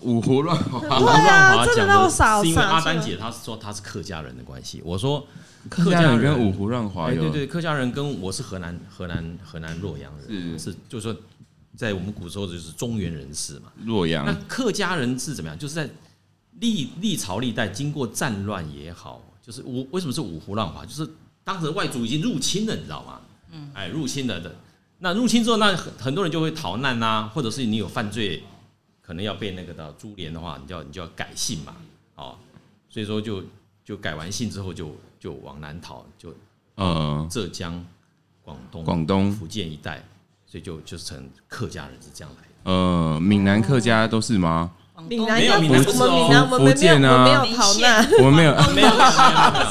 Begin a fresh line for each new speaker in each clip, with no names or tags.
五胡乱华，
对啊
我
真的
乱
让
华
我傻
讲的是因为
傻
阿丹
住了
姐她说她是客家人的关系，我说
客家人跟五胡乱华
哎，
有
对对，客家人跟我是河南河南河南洛阳人，
是
是就是说，在我们古时候就是中原人士嘛。
洛阳
那客家人是怎么样？就是在历历朝历代经过战乱也好，就是我为什么是五胡乱华？就是当时外族已经入侵了，你知道吗？嗯，哎，入侵了的。那入侵之后，那很很多人就会逃难呐、或者是你有犯罪，可能要被那个的株连的话，你就要你就要改姓嘛，哦，所以说就就改完姓之后就就往南逃，就
呃
浙江、广东、
广东
福建一带，所以就就是成客家人是这样 来的。
呃闽南客家都是吗？
闽南
没有
要
闽南不
我
是
们
哦
闽南我们
福
没有我
建啊
们没有逃难，
我们没有
没有，没有没 有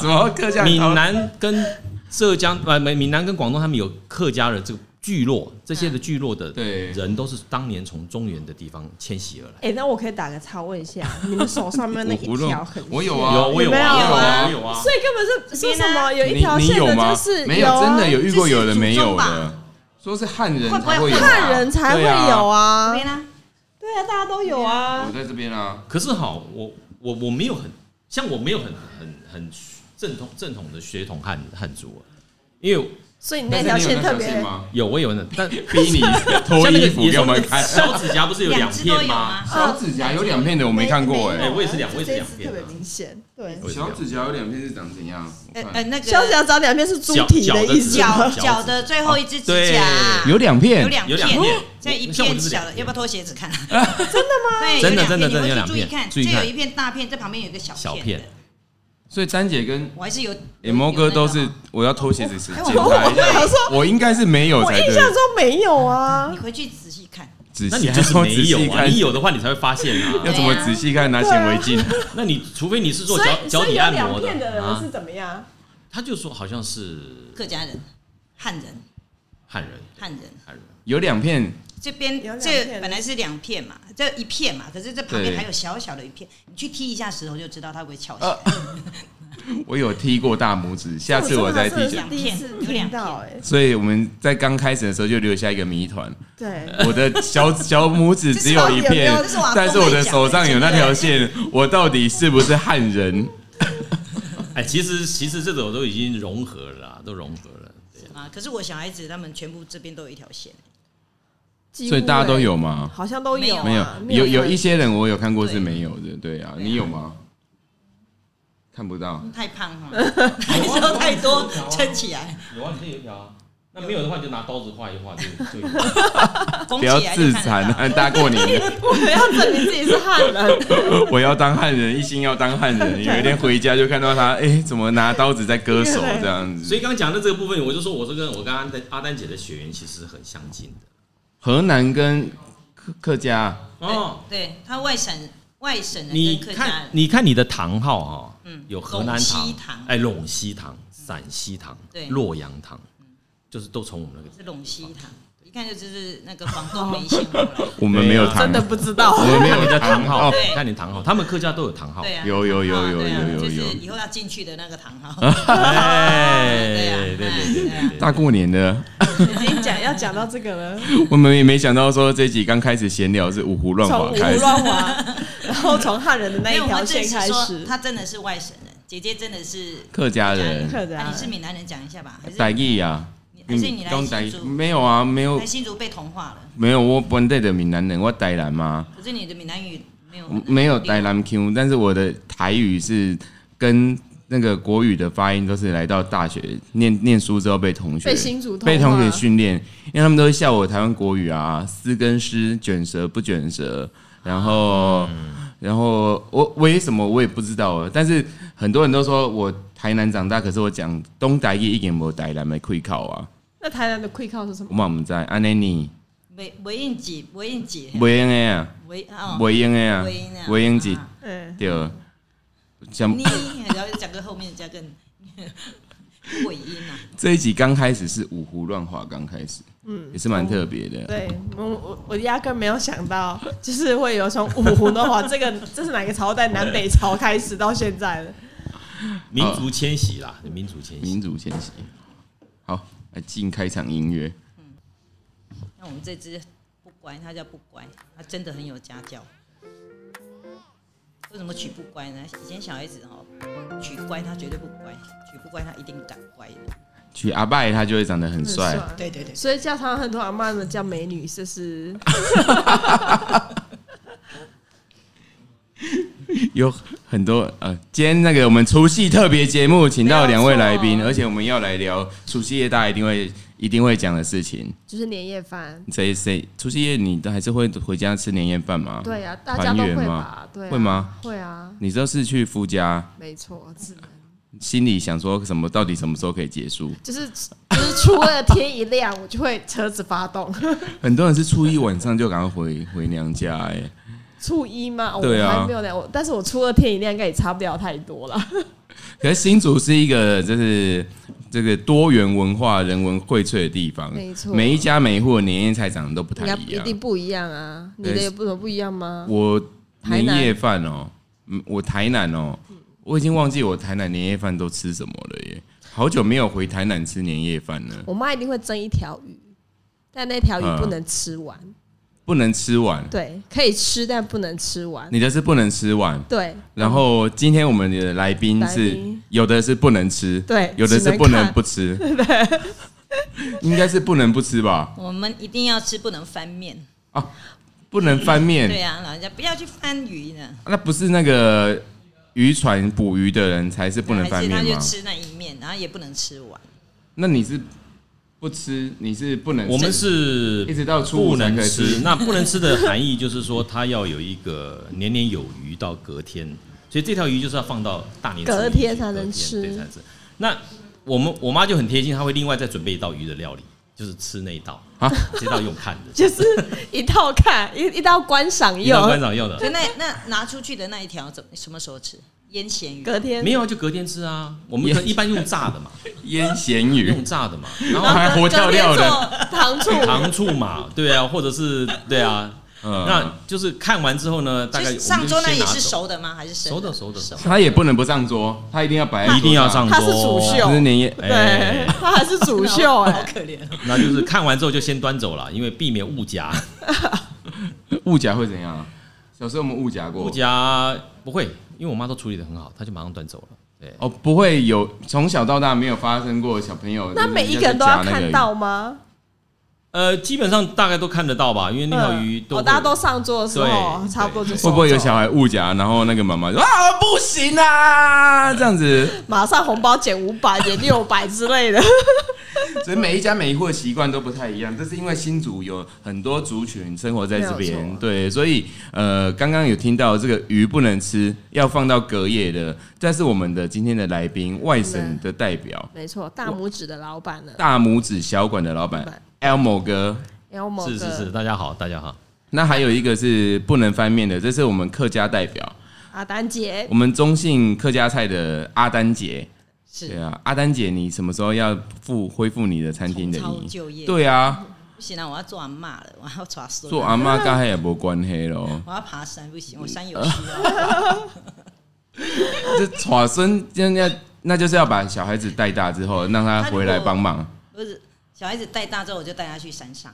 什么客家人
闽南跟浙江呃，闽闽南跟广东他们有客家人这个聚落，这些的聚落的
对
人都是当年从中原的地方迁徙而来。
哎，那我可以打个叉问一下，你们手上面那
五胡
一条
乱
痕，
我有
线
啊，
有我有
没有
啊，我有
啊
啊，我有啊。
所以根本是说什么有一
你
条
你
线
有
的
吗？
就是
没有，
啊
真的有遇过
这是
有人没有
祖宗吧
的，说是汉人
会不
才
会
会有啊，
汉人才会有啊
这，边呢？
对啊，大家都有啊
我，在这边啊，
可是哈，我我我没有很像我没有很很很正统正统的血统汉汉族、啊，因为
所以你那条线特别，
吗？
有我有那但
逼你脱
像那个
衣服
野
给我
兽
们看，
小指甲不是有
两只
片
都 有
吗？
啊吗？
小指甲有两片的我没看
啊
过哎
哎我也是两我也是
这一
两
次
边
特
啊
别明显，对。
我也是
小
两片
指甲有两片是长怎样？
呃
我看
呃，那个
小指甲长两边是猪蹄意思吗，
脚
脚
趾
脚的最后一只指
对
甲
有两
哦有啊
片，
两
有两片
这一
像我
片
就是
小
两
的，
片
要不要脱鞋子看？啊 真的吗？对，
真的
有两片
真的真
你回去
的有两片
注意看，
注
这
意看
有一片大片，这旁边有一个小
小
片
片哎
的。
所以丹姐跟
我还是有。有
M O 哥都是
有哦
我要偷鞋子时
哎
间
我
来一
我
下
想说，
哦 我应该是没有
我
才
印
对
象，中没有啊
那个你。回去仔细看，
仔
那
细
你就是
要
没
仔细
有啊，
看
你有的话你才会发现啊。
要怎么仔细看？拿显微镜，
那你除非你是做
所
脚
以，
脚
所以
底
有
按
两
摩
片的人
啊
是，怎么样？
他就说好像是
客家人、汉人、
汉人，
汉人
汉人
有两片
这
有两
边
片
这本来是两片嘛，这一片嘛，可是这旁边
对
还有小小的一片，你去踢一下石头就知道它会不会翘起
呃
来。
我有踢过大拇指，下次我再
这
踢
真
就
的。是第一次听到哎，
所以我们在刚开始的时候就留下一个谜团，
对，
我的 小小拇指只有一片
这是我阿公，
但是我的手上有那条 线，我到底是不是汉人？
哎，其实其实这种都已经融合了啦，都融合了。对啊
啊，可是我小孩子他们全部这边都有一条线，
几乎
所以大家都
哎，
有吗？
好像都有啊，
没
欸没有，有有一些人我有看过是
对
没有的，对啊，你有吗？看不到，
太胖 了，还是要太多撑起来，
有啊，你这有一条啊。那没有的话，你就拿刀子画一画，就就有。
拱
不
起
要
来
自
就看
残
得到。
啊！大过年的，
我要证明自己是汉人，
我要当汉人，一心要当汉人。有一天回家就看到他，哎，怎么拿刀子在割手这样子？
所以刚刚讲的这个部分，我就说我这跟我跟阿丹阿丹姐的血缘其实很相近的
河南跟客客家
哦。
对他外省外省人
你
跟客家
看，
人，
你看你的堂号哈、
嗯
有河南
陇
堂
西堂、
哎陇西堂、陕西堂
对、
洛阳堂，就是都从我们那个
是陇西堂，一看就就是那个广东梅县 过来的。
我们没有
对啊
糖
真的，不知道
我。 们没有
人家
糖
堂号
哦，
对，
看你堂号，他们客家都有堂号，
对啊，
有有有
啊
有
对啊
有有
就是
有啊
以后要进去的那个堂号。对啊
哎，对对
哎
对对
啊
对
大过年的，
你讲要讲到这个了，
我们也没想到说这集刚开始闲聊是五胡 乱
从
华
五
开
胡
始，
乱华，然后从汉人的那
没
一
有，我
条
们这
线
是
开
说
始，
他真的是外省人，姐姐真的是
客家人
客家
啊
人
你是闽南人，讲一下吧，还
台
是
语啊，
你还是你来
讲
新
台
竹？
没有啊，没有
来新竹被同化了，
没有，我本地的闽南人，我台南嘛，
可是你的闽南语没有
没有台南腔，但是我的台语是跟那个国语的发音都是来到大学念念书之后被同学
被新竹同
被同学
化
训练，因为他们都会笑我台湾国语啊，丝跟诗，卷舌不卷舌，然后、然后我为什么我也不知道啊，但是很多人都说我台南长大，可是我讲东台语一点没有台南没会考啊，
那台南的 quick 靠是什么？
我嘛唔知道，安尼呢，
维维应姐，维应姐，
袂用的啊，
维哦，
袂用的啊
维应啊，，
袂用字
啊
嗯，
对，像
你，然后讲个后面加个尾音啊，
这一集刚开始是五胡乱华，刚开始，嗯，也是蛮特别的。
对我我我压根没有想到，就是会有从五胡乱 华这个这是哪个朝代？南北朝开始到现在的。
民族迁徙啦，民族迁徙。
嗯
民主迁徙，好，来进开场音乐。
那我们这只不乖，它叫不乖，它真的很有家教。为什么取不乖呢？以前小孩子哦，取乖他绝对不乖，取不乖他一定敢乖的。
娶阿拜他就会长得很
很
帅，
对对对，
啊所以叫他很多阿妈们叫美女，这是
有很多呃，今天那个我们除夕特别节目，请到两位来宾，
没有错
而且我们要来聊除夕夜大家一定会一定会讲的事情。
就是年夜饭。
谁谁除夕夜你都还是会回家吃年夜饭吗？，
对啊，大家都会吧？对、啊，
会？吗？
会啊，
你都是去夫家，
没错，只能
心里想说什么？到底什么时候可以结束？
就是就是初二天一亮，我就会车子发动。
很多人是初一晚上就赶快回回娘家、哎，
初一吗？哦
对啊
我还没有那样，我但是我初二天一亮应该也差不了太多了。
可是新竹是一个就是这个多元文化、人文荟萃的地方，
没错
每一家每一户的年夜菜长得都不太
人家
一
一
样。
定不一样啊，你的
对
也不怎么不一样吗？
我
台
年
南
夜饭哦、嗯，我台南哦、我已经忘记我台南年夜饭都吃什么了耶，好久没有回台南吃年夜饭了，
我妈一定会蒸一条鱼，但那条鱼不
嗯
能吃完，
不能吃完。
对，可以吃但不能吃完，
你的是不能吃完，
对
然后今天我们的来宾
来
是
宾
有的是不能吃，
对
有的
只
是
能
不能
看
不 吃，应该是不能不吃吧？
我们一定要吃，不能翻面。
不能翻面，
对啊，老人家不要去翻鱼呢，
啊那不是那个渔船捕鱼的人才是不能翻面
还是
吗
他就？吃那一面，然后也不能吃完。
那你是不吃，你是不能吃。
我们是
一直到初五
不
才
能
可以吃
吃，那不能吃的含义就是说，它要有一个年年有余到隔天，所以这条鱼就是要放到大年初一
隔天才能吃
隔天对才能吃。那我们我妈就很贴心，她会另外再准备一道鱼的料理，就是吃那一道
啊
啊，这道用看 的，
就是一道看一一道观赏
一道
用
观，赏用的，
可那那拿出去的那一条怎么什么时候吃？腌咸鱼。
隔天
没有啊就隔天吃啊。我们可能一般用炸的嘛，
腌咸鱼
用炸的嘛，然后
还活跳跳的，
嗯隔天做 糖醋，
糖醋 嘛，对啊，或者是对啊，
嗯
那就是看完之后呢，大概
就
我
是
们就
上桌那
先
也
拿
是
走
熟的吗？还是生
熟的熟的
他也不能不上桌，他一定要摆在桌上，
哎一定要上桌，啊
它是主秀
这是年夜
对
哎，
他还是主秀哎、
好可怜哦。
那就是看完之后就先端走了，因为避免误 夹，
误夹会怎样？啊小时候我们误夹过，
误夹不会，因为我妈都处理的很好，她就马上端走了。对，
哦，不会有从小到大没有发生过小朋友，
那每一个人都要看到吗？
呃，基本上大概都看得到吧，因为那条鱼都
嗯哦，
会、
大家都上桌的时候，
对
差不多就
对
会不会有小
孩
孩误夹，然后那个妈妈说啊不行啊这样子？
马上红包减五百、减六百之类的？
所以每一家每一户的习惯都不太一样，这是因为新竹有很多族群生活在这
没有
边，
错
对，所以呃，刚刚有听到这个鱼不能吃，要放到隔夜的。但是我们的今天的来宾，外省的代表，
没错，大拇指的老板呢
大拇指小馆的老板 Elmo 哥，
，Elmo
是是是，
哥
大家好，大家好，
那还有一个是不能翻面的，这是我们客家代表，
阿丹姐
我们中信客家菜的阿丹姐。对
是
啊，阿丹姐，你什么时候要复恢复你的餐厅的
重操
你？
旧业
对啊，
不行啊，我要做阿妈了，我要抓孙，
做阿妈跟他也没关系咯。
我要爬山不行，我山有需要。
这耍孙真的要，那就是要把小孩子带大之后，让他回来帮忙。
不是小孩子带大之后，我就带他去山上。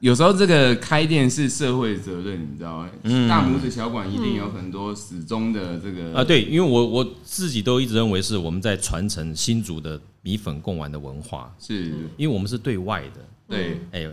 有时候这个开店是社会责任，你知道吗？大拇指小馆一定有很多始终的这个
嗯啊、对，因为我我自己都一直认为是我们在传承新竹的米粉贡丸的文化，
是
因为我们是对外的，
对
哎、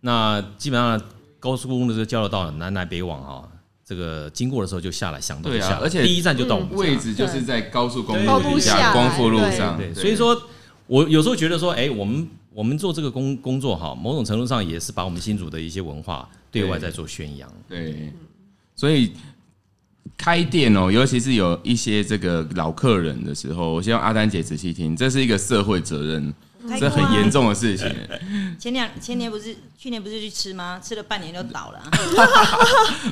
那基本上高速公路这个交流道南来北往哈、啊这个经过的时候就下来，想到就
对啊
下来，
而且
第一站就到我们家
位置，就是在高速公
嗯高
路
速
底下、
下
光复路
对
上，
对，
对
所以说我有时候觉得说，哎、我们我们做这个工工作哈，某种程度上也是把我们新竹的一些文化对外在做 宣扬。
对，所以开店哦、尤其是有一些这个老客人的时候，我希望阿丹姐仔细听，这是一个社会责任，
嗯
哎
这很严。重的事情。
啊前两前年不是去年不是去吃吗？吃了半年就倒了啊，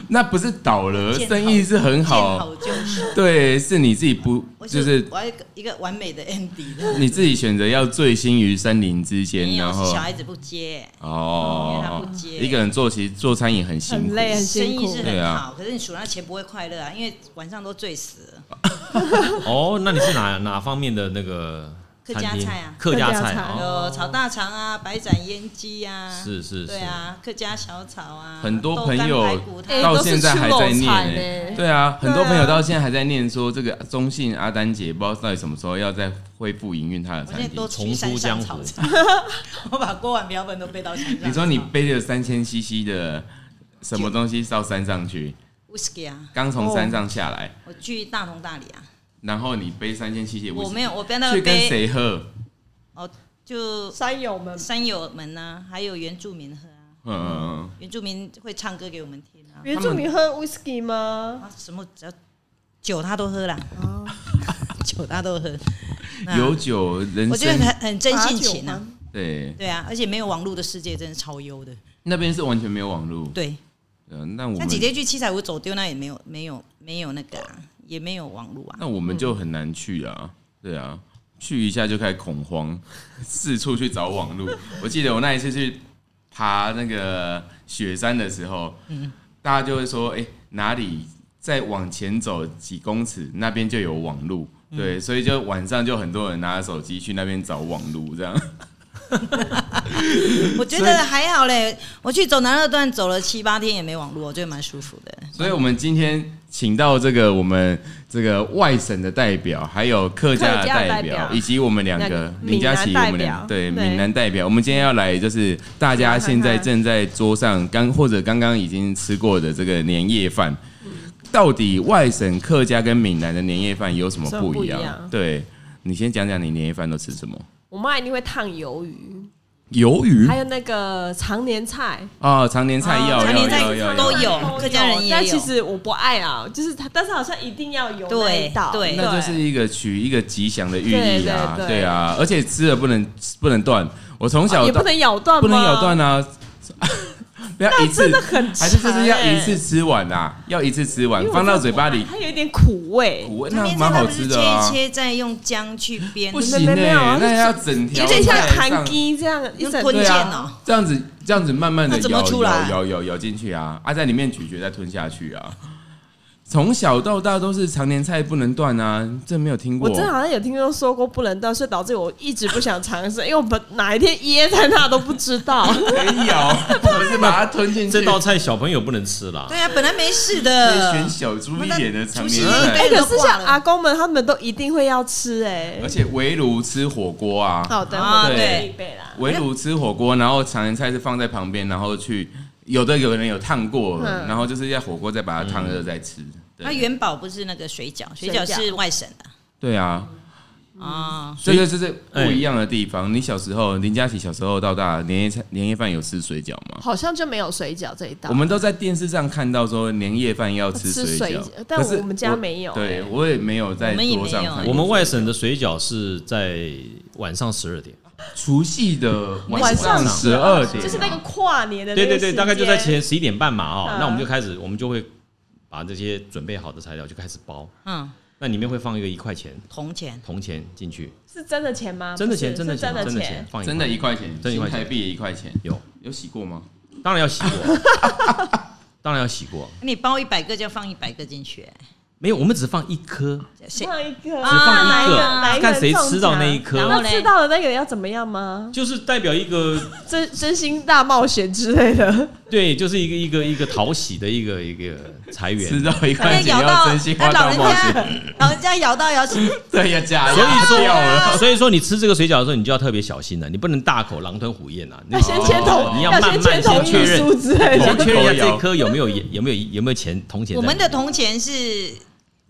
那不是倒了，
见好
生意是很
见
好，
好就是。
对，是你自己不
我
就是
我要一个一个完美的 Andy 的，
你自己选择要醉心于山林之间，
没有
然
是
后
小孩子不接，因为他
哦
不，接
一个人做其实做餐饮很辛
很
苦，
累很
生
辛
意
苦
是，
对
很
啊
好，可是你数那钱不会快
哦
乐啊，因为晚上都醉死了。
哦，那你是哪哪方面的那个
客
餐
家
厅
菜啊，
客家
客家
菜
菜
哦，
有炒大肠啊，白斩腌鸡啊，
是是是
对，啊，客家小炒啊，
很多
豆
朋
干
友
排骨汤
哎到现在还在念欸对啊，很多
对啊
朋友到现在还在念说，这个中信阿丹姐不知道到底什么时候要再恢复营运她的
我
餐
现在
厅
都。
重
去
出
山上
江
炒
湖
菜， 我把锅碗瓢盆都背到山上。
你说你背着三千 CC 的什么东西到山上去？
whisky 啊，
刚从山上下来，
我去大同大理啊，
然后你背三千 CC，
我没有，我不要那
去
个
跟
背，
谁喝？
哦，就
山友们
山友们啊，还有原住民喝啊，
嗯嗯
原住民会唱歌给我们听啊，
原住民喝 whisky 吗？
啊什么只要酒他都喝啦，啊
哦
酒他都喝，那
嗯，有酒人
我觉得
生
很很真性情啊，
对，
对啊，而且没有网络的世界真的超优的，
那边是完全没有网络。
对，
嗯，那我
像
们
姐姐去七彩湖走丢那也没有没有没有那个啊，也没有网络啊，
那我们就很难去啊，对啊，去一下就开始恐慌， 四处去找网路。我记得我那一次去爬那个雪山的时候，
嗯
大家就会说，哎、哪里再往前走几公尺，那边就有网路。对，
嗯
所以就晚上就很多人拿着手机去那边找网路，这样。嗯
我觉得还好嘞，我去走南二段走了七八天也没网络，我觉得蛮舒服的。
所以我们今天请到这个我们这个外省的代表，还有客家的
客家代
代表
表，
以及我们两
两
个
个
林佳琪，
闽
我
南
们
代
两
表
对
对
闽南代表。我们今天要来就是大家现在正在桌上刚或者刚刚已经吃过的这个年夜饭，到底外省客家跟闽南的年夜饭有什么不一样
什么不一样？
对你先讲讲你年夜饭都吃什么？
我妈一定会烫鱿鱼，
鱿鱼
还有啊那个常年菜，
哦，常年菜要要
常年菜
要要
都
要，
有客家人也有
但其实我不爱啊，就是它，但是好像一定要有
对
那一道，
对
那就是一个取一个吉祥的寓意啊，
对对对哦
对啊，而且吃了不能不能断，我从小
也
到
不能咬断吗，
不能咬断啊，不要一
那真
次
的，很
还是就是要一次
长欸，
吃完啊，要一次吃
因
完
为我
放到
真的
嘴巴
不爱
里，
它有一点苦味，
苦味
常
那
年
蛮
菜
好
它不
吃
是
的啊
切一，切，再用姜去煸，
不行
没有没有
哎，
它
那
是
要整条
有点像
在
韩
上
鸡这样一
用
整
吞
对
剑
啊
哦，
这样子这样子慢慢的
那怎么
咬
出
咬
来
咬咬咬进去啊，啊在里面咀嚼再吞下去啊。从小到大都是常年菜不能断啊，这没有听过。
我真的好像有听说说过不能断，所以导致我一直不想尝试，因为我们哪一天噎在那都不知 道。
可以咬，不是把它吞进去。
这道菜小朋友不能吃啦。
对啊，本来没事
可以
的。
选小猪一点的常年
那
菜，
哎、
哎
可是
挂
像
了
阿公们他们都一定会要吃哎、
而且围炉吃火锅啊，
好的，
啊
我
对
可以备啦。
围炉吃火锅，然后常年菜是放在旁边，然后去有的有人有烫过了，
嗯
然后就是要火锅再把它烫热再吃。
它
啊
对
元宝不是那个水饺，水饺
水饺
是外省的
对啊，
啊。
这个就是不
哎
一样的地方。你小时候，林佳琪小时候到大年夜菜年夜饭有吃水饺吗？
好像就没有水饺这一道。
我们都在电视上看到说年夜饭要吃
吃水
饺
饺，但
可是
我们家没有
对
哎
我也没有在
我们也
桌上
没有
看
哎
过
我们外省的水饺是在晚上十二点，
除夕的
晚上
十二点，
就是那个跨年的那
对
个
对对，
时
大概就在
间
前十一点半嘛哦，
嗯
那我们就开始，我们就会把这些准备好的材料就开始包，
嗯，
那里面会放一个一块钱
铜钱
铜钱进去，
是真的钱吗？
真
啊
的
不是
钱，
是真
的钱，真
的
的钱，，放
真的一块钱，
真哦的一
新
块钱
台币也一块钱，
有，
有洗过吗？
当然要洗过，当然要洗过，
你包一百个就要放一百个进去，
没有，我们只放一颗，
谁
嗯
放一个，
只放一
哪
个
哪一
啊看谁
中
吃到那
奖
一颗
然后
那
嘞
吃到的那个要怎么样吗？
就是代表一个
真真心大冒险之类
哦
的，
对，就是一个一个一个讨喜的一个一个财源，
吃到一块
人
钱
家咬到
要真心话
哎老
大
人
冒
家
险，
老人家咬到咬起，
对呀，假
所以
牙掉了，
说，所以说你吃这个水饺的时候，你就要特别小心了，你不能大口狼吞虎咽啊！你
要先签
哦
同，
你要
要
慢
先签
慢
同
先确
意
认
书之类
你
的
先。确认一
头
下
摇
这颗有没有有没有有没有钱铜钱在
我
里面。
们的铜钱是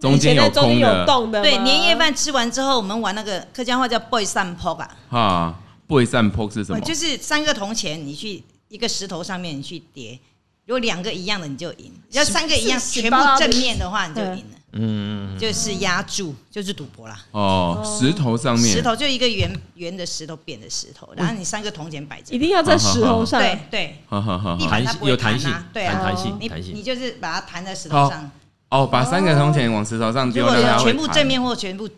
中间有
中
空
间有
的
洞的吗，
对年夜饭吃完之后，我们玩那个客家话叫 “boy 散坡”啊，
哈，不会散坡是什么？
就是三个铜钱，你去一个石头上面你去叠，如果两个一样的你就赢，要三个一样
是
全部正面的话你就赢了，
嗯，
就是压注，就是赌博啦。
哦，石头上
石
面，
头就一个圆圆的石头，扁的石头，然后你三个铜钱摆着
一，定要在石头上。
对对，
哈哈哈
地
哈，
板
弹
它
性
不
有
会
弹性
啊，，对
弹
啊，
弹性
你
弹
你
性。
就是把它盘在石头
哦
上，
哦，把三个铜钱往石头上
如
丢，
果
让它
有
会
哦全部
弹
正，面或全部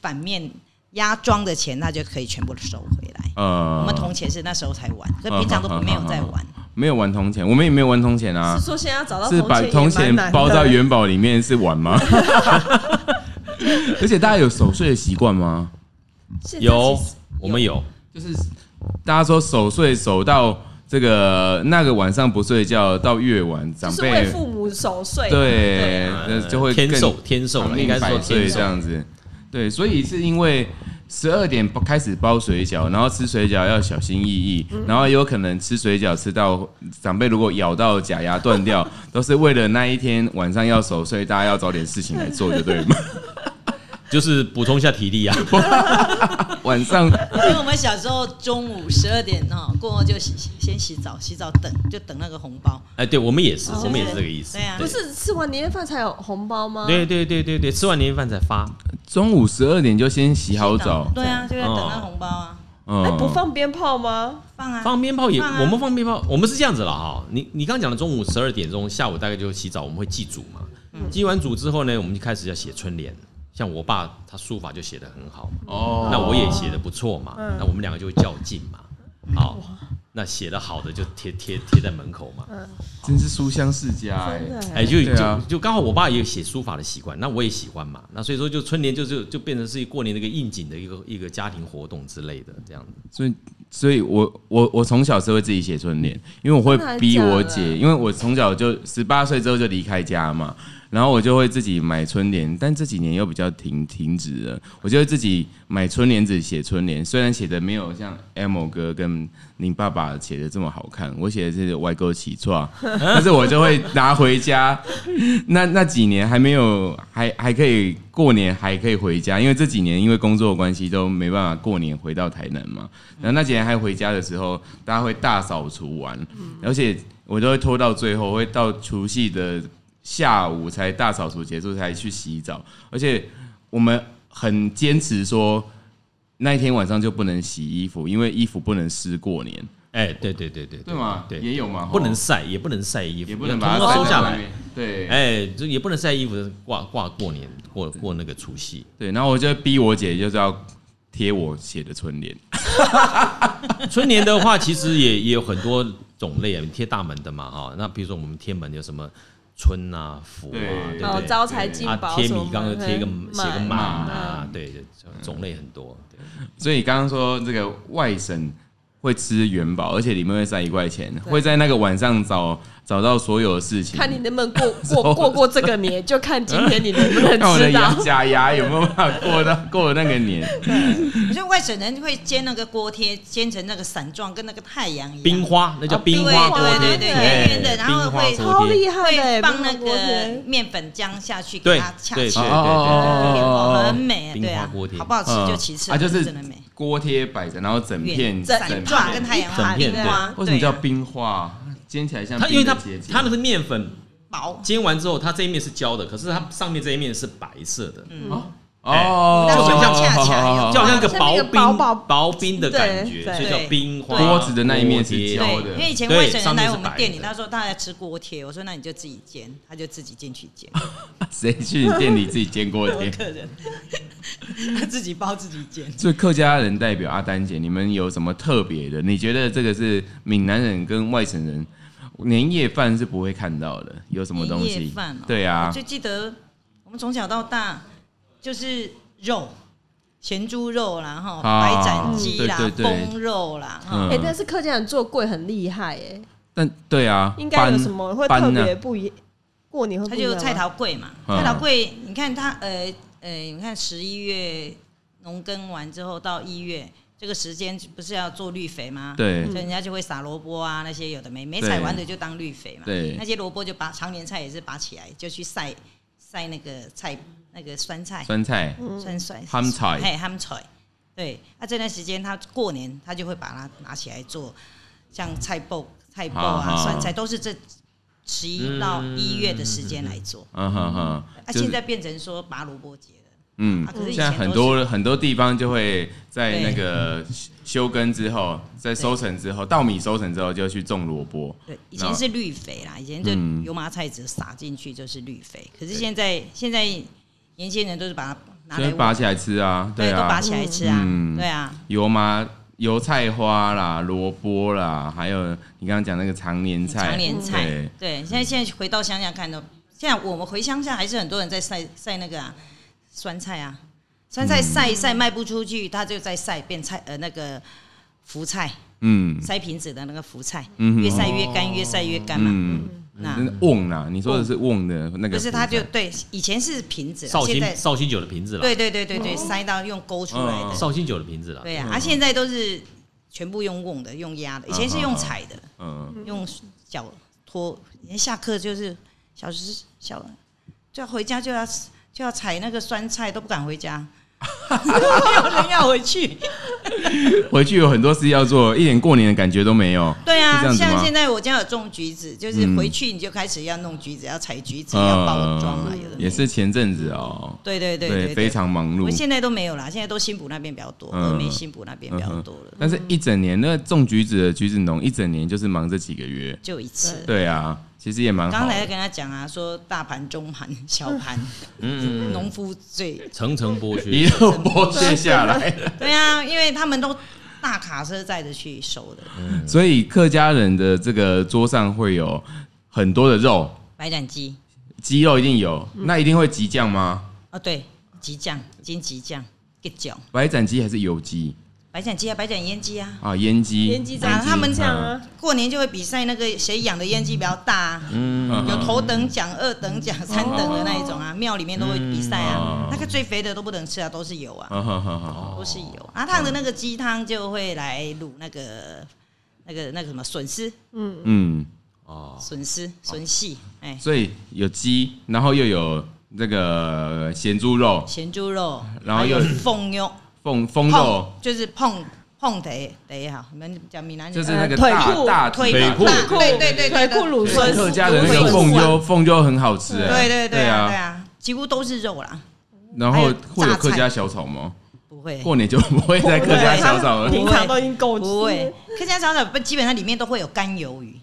反面压庄的钱，那就可以全部收回来。我
呃，
们铜钱是那时候才玩，所以平常都没有在玩。
没有玩铜钱，我们也没有玩铜钱啊
是，说现在要找到
是把铜钱包到
原。
元宝 里面是玩吗？而且大家有守岁的习惯吗？
现在
有
其实，
我们有，
就是大家说守岁守到这个那个晚上不睡觉，到越晚
就
长
是为
辈
父母守岁，
对那就会
天
更
寿天寿
长
了，
命
应该是说
百岁
天寿
这。样子。对，所以是因为十二点开始包水饺，然后吃水饺要小心翼翼，
嗯
然后也有可能吃水饺吃到长辈如果咬到假牙断 掉，都是为了那一天晚上要守岁，大家要找点事情来做，就对吗？
就是补充一下体力 啊，
晚上
因为我们小时候中午十二点哈过后就洗先洗澡，洗澡等就等那个红包，
哎，对我们也是，
哦
我们也是这个意思
对啊。
不是吃完年夜饭才有红包吗？
对对对对对，吃完年夜饭才发，
中午十二点就先洗好澡，
对啊，就要等那
哦
红包啊，
哎，
嗯
不放鞭炮吗？
放啊，
放鞭炮也，
放啊
我们放鞭炮，我们是这样子了哈。你你刚讲的中午十二点钟，下午大概就洗澡，我们会祭祖嘛。
嗯
祭完祖之后呢，我们就开始要写春联。像我爸他书法就写得很好，
哦
那我也写得不错嘛，
嗯
那我们两个就会较劲嘛。好，那写得好的就贴贴贴在门口嘛。
真是书香世家哎、
真的欸
哎，就
对啊
就就刚好我爸也有写书法的习惯，那我也喜欢嘛。那所以说，就春联就就就变成是一个过年的一个应景的一个一个家庭活动之类的这样子。
所以，所以我我我从小是会自己写春联，因为我会逼我
真的假的
姐，因为我从小就十八岁之后就离开家嘛，然后我就会自己买春联，但这几年又比较停停止了，我就会自己买春联纸写春联，虽然写的没有像 M 哥跟您爸爸写的这么好看，我写的是歪勾起 错，但是我就会拿回家。那那几年还没有，还还可以过年，还可以回家，因为这几年因为工作的关系都没办法过年回到台南嘛。然后那几年还回家的时候，大家会大扫除完，而且我都会拖到最后，会到除夕的下午才大扫除结束才去洗澡，而且我们很坚持说。那一天晚上就不能洗衣服，因为衣服不能湿过年，
哎，对对对对对
对吗？
对，
也有嘛，
不能晒，也不能晒衣服，
也不能把
通
它
通
晒
收下
在外
来。
面。对，
哎，就也不能晒衣服，挂挂过年，过过那个除夕。
对，然后我就逼我姐就是要贴我写的春联，
春联的话，其实也也有很多种类啊，贴大门的嘛，哈。那比如说我们贴门有什么春啊、福啊，
对
对
哦
不
哦，
对？
招财进宝
啊，
什
贴
么
米
的，
缸就贴一个
嗯
写个满啊
嗯，
对对，种类很多。对
所以刚刚说这个外省会吃元宝，而且里面会塞一块钱，会在那个晚上找找到所有的事情，
看你能不能过过过过这个年，就看今天你能不 能
看我的
吃
牙
到。
假牙有没有办法过到过 那个年，
我觉得外省人会煎那个锅贴，煎成那个伞状，跟那个太阳一样。
冰花那叫
哦
冰花锅
对
贴，
对对对，
哎
圆圆的，然后
冰花
会
锅
超厉害的欸，欸
会放那
冰火锅
个
贴
面粉浆下去，给
对
它恰
对
起
对
来，
哦哦
甜
哦
口
哦
很美啊，
冰
对
花
啊
锅贴，
好不好吃
嗯
就其次，
啊就是
真的美。
锅贴摆着，然后整片
整状跟太阳花
整片
冰花，
为什么
对
叫
啊
冰花？煎起来像
它因为它
冰的结晶
它那个面粉
薄？
煎完之后，它这一面是焦的，可是它上面这一面是白色的，
嗯
哦，
哎
哦
就像恰恰
好好好
一样
就好像一个
下
薄
面一个
冰
薄薄
薄冰的感觉，
对
所以叫冰花。
对
锅子的那一面是焦
对
的，
因为以前
对
外省人来
上面是
我们
白
店里，
的
他说他来吃锅贴，我说那你就自己煎，他就自己进去煎，
谁去你店里自己煎锅贴？
客人 他自己包自己煎。
所以客家人代表阿丹姐，你们有什么特别的？你觉得这个是闽南人跟外省人年夜饭是不会看到的，有什么东
年夜
西？
饭哦
对
我
啊
就，记得我们从小到大就是肉，咸猪肉啦，哈，
啊
白斩鸡啦
对，对对
风肉啦，哈，
哎，
嗯，
但是客家人做柜很厉害哎，
但对啊，
应该有
班
什么会特
班呢
别不一？过年会
它
不一
就
样吗
是菜头粿嘛，
嗯
菜头粿，你看它呃呃，你看十一月农耕完之后到一月这个时间不是要做绿肥吗？。
对
所以人家就会撒萝卜啊，那些有的没没采完的就当绿肥嘛。
对
那些萝卜就拔，常年菜也是拔起来，就去晒晒那个菜，那个酸菜。
酸菜，
酸酸
憨菜
嘿，憨菜，对。那、这段时间他过年，他就会把它拿起来做，像菜爆、菜爆
啊
啊、
哈
酸菜，都是这十一到一月的时间来做。
嗯哼哼
那、，
就是
啊现在变成说拔萝卜节了，
嗯
啊，可是以
现在
前
很
都是
多很多地方就会在
对
那个休耕之后，在收成之后，稻米收成之后就去种萝卜，
对，以前是绿肥啦，以前就
嗯
油麻菜籽撒进去就是绿肥，可是现在现在年轻人都是把它拿
所以
来
拔起来吃啊，
对，都
啊
拔，起来吃啊，
嗯
对啊，
油麻油菜花啦、萝卜啦，还有你刚刚讲那个常年菜，
常年菜
对，
对，现在现在回到乡下看都，现在我们回乡下还是很多人在晒晒那个啊酸菜啊，酸
嗯
菜晒一晒卖不出去，它就再晒变菜呃那个福菜，
嗯
塞瓶子的那个福菜，
嗯哼
越晒越干，越晒越干嘛。
嗯，
那
那瓮啦，你说的是瓮的那个
不
福
是，
菜，
它就对，以前是瓶子啦，
绍
现
兴
在
绍兴酒的瓶子啦，
对对对对对，塞到用勾出来
哦嗯
的，
绍兴酒的瓶子啦，
对呀，啊，现在都是全部用瓮的，用压的，以前是用踩的，
嗯，
用脚拖，以前下课就是小时小，就要回家就要就要采那个酸菜，都不敢 回家，没有人要回去。
回去有很多事要做，一点过年的感觉都没有。
对
是这
啊，
样子吗
像现在我家有种橘子，就是回去你就开始要弄橘子，要采橘子，要包装啊，有的
嗯
没
也。是前阵子哦，
对对对对，
对，非常嗯忙
我
碌
们。现在都没有啦，现在都新浦那边比较多，峨眉新浦那边比较多了，
但是一整年，那种橘子的橘子农一整年就是忙这几个月。
就一次。
对啊，其实也蛮好
刚才
的。
跟他讲啊，说大盘、中 盘、小盘，
嗯
农夫最
层层剥
一
削。
路剥削下来，
对啊，因为他们都大卡车载着去收的，
所以客家人的这个桌上会有很多的肉，
白斩鸡
鸡肉一定有，
嗯
那一定会急酱吗？
哦，对，鸡酱、金鸡酱、鸡酱、
白斩鸡还是油鸡
白斩鸡啊、白斩腌鸡啊，
啊？腌鸡，
年纪
啊
长，
他们
这样啊，
过年就会比赛那个谁养的腌鸡比较大、啊，
嗯哦
有头等奖、二等奖、三等的那一种啊，庙里面都会比赛
嗯
啊，那个最肥的都不能吃啊，都是油啊，
好好好好，
都是油啊，烫的那个鸡汤就会来卤那个。那个那个什么笋丝，
嗯，
哦，
笋丝笋细，哎，
所以有鸡，然后又有这个咸猪肉、
咸猪肉，
然后
还有
又
凤肉，
凤凤肉，
碰就是碰碰腿腿好，你们讲闽南语
就是
呃
那个
腿
大
裤
大
腿
腿
裤
裤，
大对对对对
腿裤乳
对
酸
客家的那
腿
个
裤
凤优，凤优很好吃，哎
对对对啊对
啊。
啊，几乎都是肉啦，
然
还
后
有
会有
榨菜
客家小炒吗？
不会
过年就不会再客家小炒了
他们
不会
平常都已经够
不
吃
会，，客家小炒不基本上里面都会有干鱿鱼，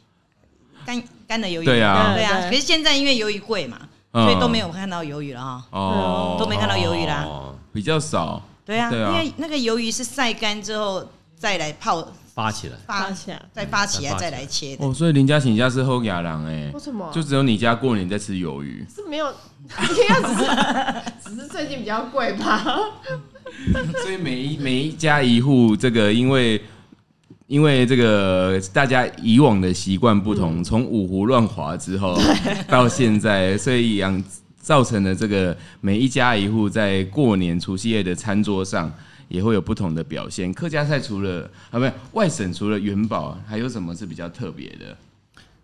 干干的鱿鱼，
对啊
对啊，
对
可是现在因为鱿鱼贵嘛，
嗯
所以都没有看到鱿鱼了哈，
哦，
都没看到鱿鱼啦，
哦，
比较少，
对啊，
对
因
啊
为那个鱿鱼是晒干之后再来泡
发起来，
发
发起来
再发起
嗯
来
再发起
再
来
来切的，
哦，所以林家请家是后牙郎哎
为，什么？
就只有你家过年在吃鱿鱼。
是没有， 应该只是只是最近比较贵吧。
所以每一每一家一户，这个因为因为这个大家以往的习惯不
嗯
同，从、五胡乱华之后 到现在，所以养造成了这个每一家一户在过年除夕夜的餐桌上。也会有不同的表现。客家菜除了啊，不是外省除了元宝，还有什么是比较特别的？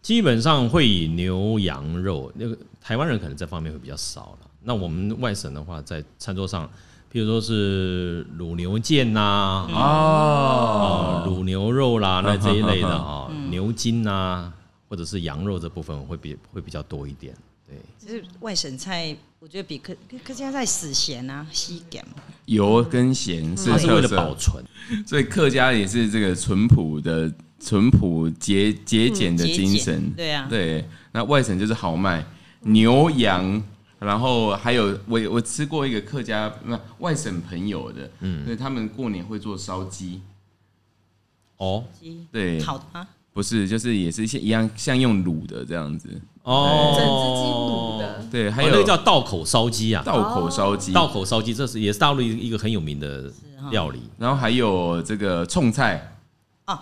基本上会以牛羊肉，那个台湾人可能这方面会比较少了。那我们外省的话，在餐桌上，譬如说是卤牛腱呐、
嗯
啊，
哦，
卤牛肉啦，那这一类的啊，
嗯
牛筋呐、或者是羊肉这部分会比会比较多一点。对，
就是外省菜，我觉得比客客家菜死咸啊，稀咸嘛，
油跟咸是
它是为了
特色
保存。
所以客家也是这个淳朴的、淳朴节节俭的
节
精
俭
神。
对啊，
对，那外省就是豪迈、牛羊，然后还有我我吃过一个客家那外省朋友的，嗯，对他们过年会做烧鸡，
哦
鸡
对，
烤的吗？
不是就是也是像一样像用卤的这样子，
哦，
整只鸡卤的，
对，还
还
有
哦
有那个叫道口烧鸡啊，
道口烧鸡，
道口烧鸡，这是也是大陆一个很有名的料理。
然后还有这个冲菜，
哦，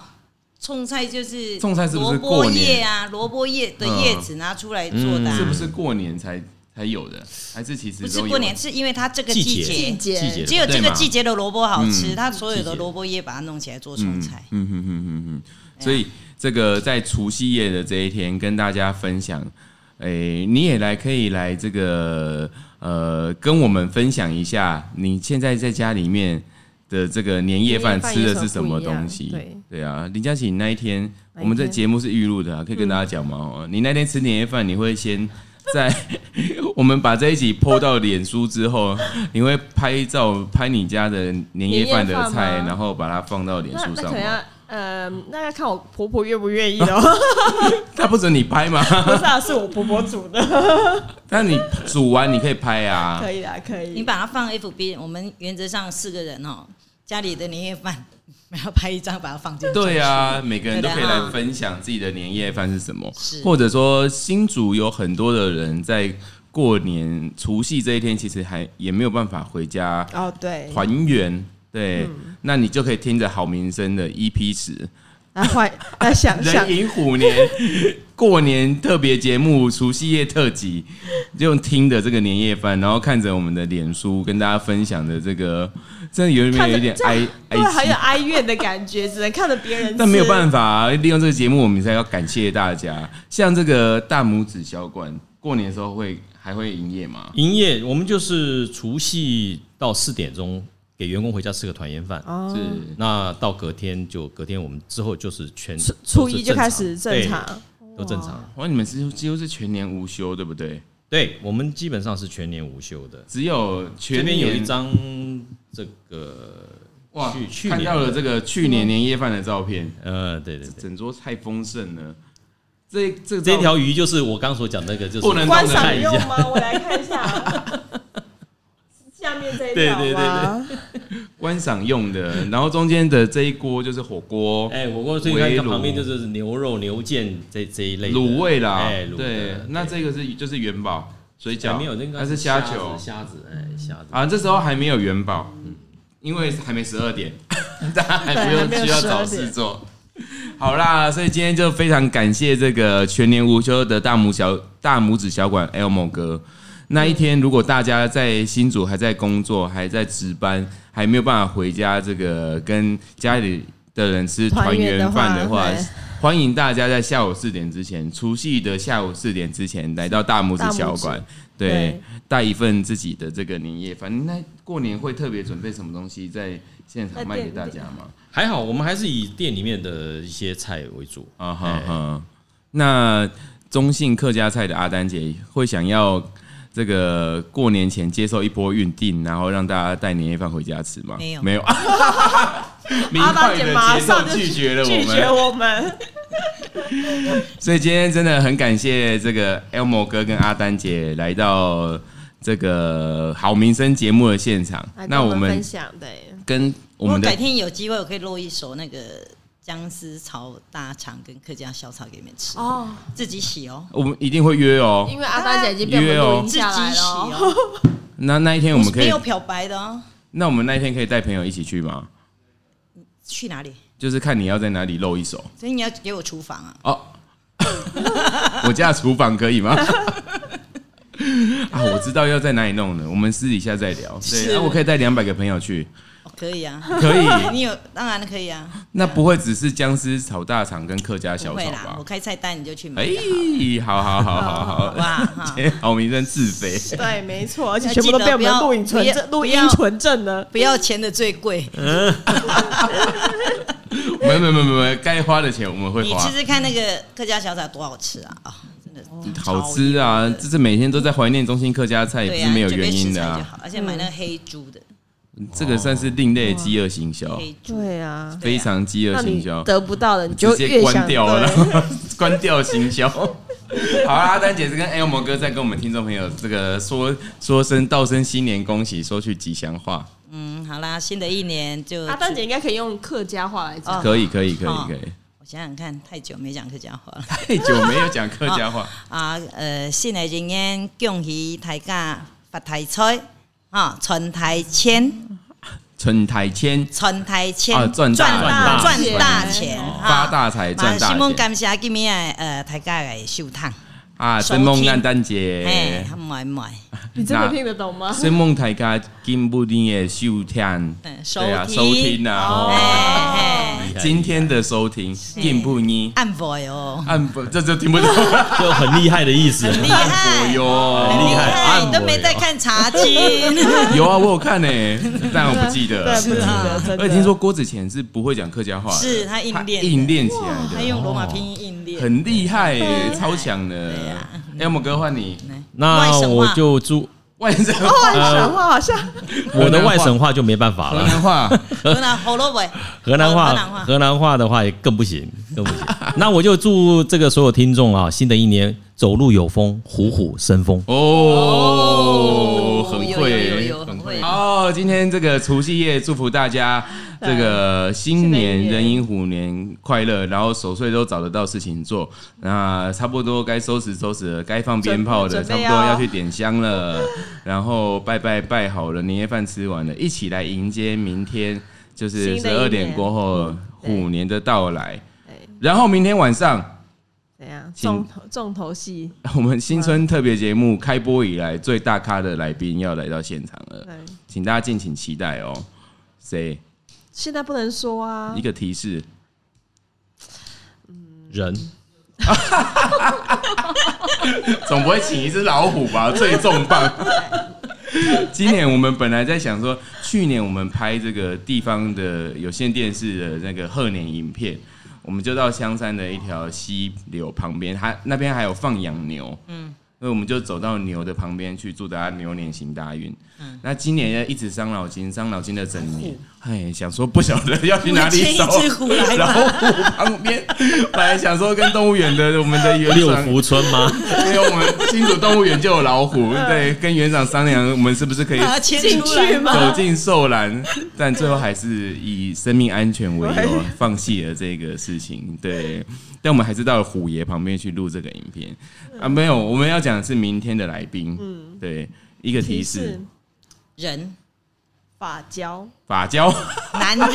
冲菜就是
冲菜是不是
萝
过
卜
年
叶啊？萝卜叶的叶子拿出来做的、啊
是不是过年才才有的？还是其实
不
都
是
有啊
过年，是因为它这个季
季节
节，
节
季节
只有这
对
个
嘛
季节的萝卜好吃，
嗯
它所有的萝卜叶把它弄起来做冲菜。
嗯哼哼哼哼，所以这个在除夕夜的这一天跟大家分享，诶、你也来可以来这个呃，跟我们分享一下你现在在家里面的这个年夜饭
年夜饭
吃的
有
是
什
什
么
么
不一样
东西？
对
啊，林佳琪，你那一天
哪一天
我们这节目是预录的、啊，可以跟大家讲吗？哦，你那天吃年夜饭，你会先。在 我们把这一集 PO 到脸书之后，你会拍照拍你家的年夜饭的
年夜饭吗
菜，然后把它放到脸
那
书
那
上
可能
吗？
要，呃，那要看我婆婆愿不愿意哦。
他不准你拍吗？
不是啊，是我婆婆煮 的，
但你煮完你可以拍啊
可。以啊，可
你
以。
把它放 FB，我们原则上四个人哦，家里的年夜饭， 然后拍一张把它放进去。
对啊，每个人都
对的
可以来
啊
分享自己的年夜饭是什么，
是
或者说新竹有很多的人在过年除夕这一天，其实还也没有办法回家
哦，对，
团圆。对，
嗯
那你就可以听着好民生的 E EP 十
来换来想想
人，寅虎年 过年特别节目除夕夜特辑，就听的这个年夜饭，然后看着我们的脸书跟大家分享的这个，真的有点
看着
有点
这
哀哀
对，很
戚，
有哀怨的感觉，只能看着别人。
哎但没有
法，
办法、啊，利用这个节目，我们才要感谢大家。像这个大拇指小馆，过年的时候会还会营业吗？
营业我们就是除夕到四点钟给员工回家吃个团圆饭，
哦
是，
那到隔天就隔天我们之后就是全
初
都
初
是
一就
正常
开始正，常，
对都正常。
哇，你们是几乎是全年无休，对不对？
对我们基本上是全年无休的。
只有全
这
年
边有一张这个
哇，
去去
看
年
到了
的
这个去年年夜饭的照片，
呃，对对对，
整桌太丰盛了。这这
这
这
条鱼就是我刚所讲那个，就是
不能
观
动的
赏
看
一
用
下。
吗？我来看一下，下面这一条
对对对
吗？
观赏用 的，然后中间的这一锅就是火锅、
哎，我过去看
围
它
炉
旁边就是牛肉、牛腱这这一类的
卤味啦，
哎，卤
对
的，
那这个是就是元宝水
还
饺，
没有，那
它
个
是虾球
虾子，哎，虾子。
啊，这时候还没有元宝，因为还没十二点， 大家还不
对还
用
没有
需要
12
找
点
事做。好啦，所以今天就非常感谢这个全年无休的大拇小大拇指小馆 Elmo 哥。那一天，如果大家在新竹还在工作、还在值班、还没有办法回家，这个跟家里的人吃团圆饭的话
团圆的话，
欢迎大家在下午四点之前，除夕的下午四点之前来到大拇指小
大拇
馆，
对
对，带一份自己的这个年夜饭。那过年会特别准备什么东西在现场卖给大家吗？
还好，我们还是以店里面的一些菜为主。
啊哈哈。那中信客家菜的阿丹姐会想要这个过年前接受一波运定，然后让大家带年夜饭回家吃吗？
没有
没有。 明
阿大
快
姐
的
马
接受
上就
拒绝了我
拒绝
们，
我们，
所以今天真的很感谢这个 Elmo 哥跟阿丹姐来到这个好民生节目的现场
来。
那
跟
我们
分享对，
跟我
如果
们的
改天有机会，我可以录一首那个姜丝炒大肠跟客家小炒给你们吃，
哦，
自己洗哦，
我们一定会约哦。
因为阿丹姐已经被我们录音
自己洗
下来了哦。
哦，
那那一天我们可
没
以
有，漂白的哦。
那我们那一天可以带朋友一起去吗？
去哪里？
就是看你要在哪里露一 手
所以你要给我厨房啊。
哦。我家的厨房可以吗？ 啊，我知道要在哪里弄了，我们私底下再聊。对，
是
啊、我可以带两百个朋友去，
哦，可以啊，
可 以。
你有当然可以啊，
那不会只是僵尸炒大肠跟客家
不
小
会
炒
啦，
吧？
我开菜单你就去买
哎
就好了，，
好好好好
好
好，哎
吧？ 哈，
好名声自肥。
对，没错， 而且
要
全部
记
都
得
被我
不
们
要
录影存
不要
证、录
不
音
要
存证了。
不要钱的 最贵，
没没没没没，该花的钱我们会
你
花
吃。吃看那个客家小炒多好吃啊！啊，真的
哦
好吃啊！
超厉害的
这是每天都在怀念中心客家菜，也不
对
是
啊，
没有
准备
原因
食
的
材就
啊。
好，而且买那个
嗯
黑猪的
这个算是另类的饥饿行销，
黑猪，
对啊，
哦非常饥饿
那
行
你
销，
得不到的，你
直
就
接
越
关
想
掉了
对，
关掉行销。好啦，阿丹姐是跟 L 摩哥在跟我们听众朋友这个说说声道声新年恭喜，说句吉祥话，
嗯，好啦，新的一年就
阿丹姐应该可以用客家话来讲。
哦
可以可以可以
哦
可以。
我想想看，太久没讲客家话了
太久没有讲客家话，
啊。呃，新的一年恭喜大家发大财啊，存大钱，
存台签
存大钱
啊，赚大
大
赚
赚大钱，
发
哈
大财赚
嘛
大
是讲
钱
感谢今年的呃大家来收烫，
啊！
收
真梦
听
阿丹
哎
姐，，
买买，
你真的听得懂吗？
真梦大家今不定的收听。
嗯，收
对啊，收听啊，哦
哎
厉害
今天的收听进步呢
哎，？按 boy 哦，
按啊不这就听 不懂了
就很厉害的意思。
很厉害，
哟。
很厉
按摩
害，
哟
都没在看茶经，
啊 有啊，我有看呢、但我不记得了
对，。不记得，真的。
而且听说郭子虔是不会讲客家话的，
是他硬练的
硬练起来
他
的，
用罗马拼音硬练，
很厉害、耶，超强的
啊对啊。嗯
哎，我们哥换你，
外
啊那
省话
我就祝
外省
哦，
话，
你讲话好像
呃
我的外省话就没办法
河
了，
南话，
河南好罗伟，
河南
河南
话
话
河南话的话也更不行，更不行。那我就祝这个所有听众啊，新的一年走路有风，虎虎生风。
哦，很
有有有
会
有，很
很会
会
哦。今天这个除夕夜，祝福大家这个新年壬寅虎年快乐，然后守岁都找得到事情做。那差不多该收拾收拾了，该放鞭炮的，
准
差不
备
多
要
要去点香了，然后拜拜拜好了，年夜饭吃完了，一起来迎接明天，就是
新
十
的一年
二点过后
对
虎年的到来。
对，
然后明天晚上，
怎样？
请
重头重头戏，
我们新春特别节目开播以来最大咖的来宾要来到现场了。
对，
请大家敬请期待哦。谁？
现在不能说啊
一。个提示，
人
总不会请一只老虎 吧？最重磅。今年我们本来在想说，去年我们拍这个地方的有线电视的那个贺年影片，我们就到香山的一条溪流旁边，它那边还有放养牛，嗯，所以我们就走到牛的旁边去，祝大家牛年行大运。嗯，那今年一直伤脑筋，伤脑筋了整年，
啊
哎，想说不晓得要去哪里
牵一
找
只虎来
老
吧，
虎旁边，本来想说跟动物园的我们的园
六
长
福村吗？
因为我们新竹动物园就有老虎，对，跟园长商量，我们是不 是可以
把它牵出来
进去吗
吧
走进兽栏？但最后还是以生命安全 为由，放弃了这个事情。对，但我们还是到了虎爷旁边去录这个影片啊。没有，我们要讲的是明天的来宾。嗯，对，一个提示，
人
发胶，
法胶
男人，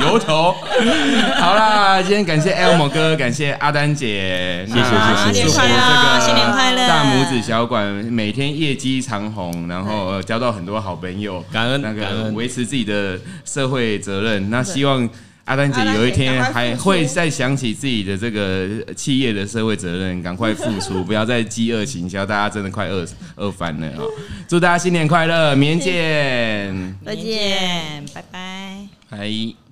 油头。 好啦，今天感谢 Elmo 哥，感谢阿丹姐，谢
谢
好
谢谢
新
谢
年快乐，新年快乐，
大拇指小馆每天业绩长虹，然后呃交到很多好朋友，
感恩
那
感
个
恩
维持自己的社会责任。那希望阿丹姐有一天
阿丹姐赶快
还
复苏
会再想起自己的这个呃企业的社会责任，赶快付 出，不要再饥饿行销，大家真的快饿死饿翻了啊、祝大家新年快乐，明天见，
再见，拜拜。
拜。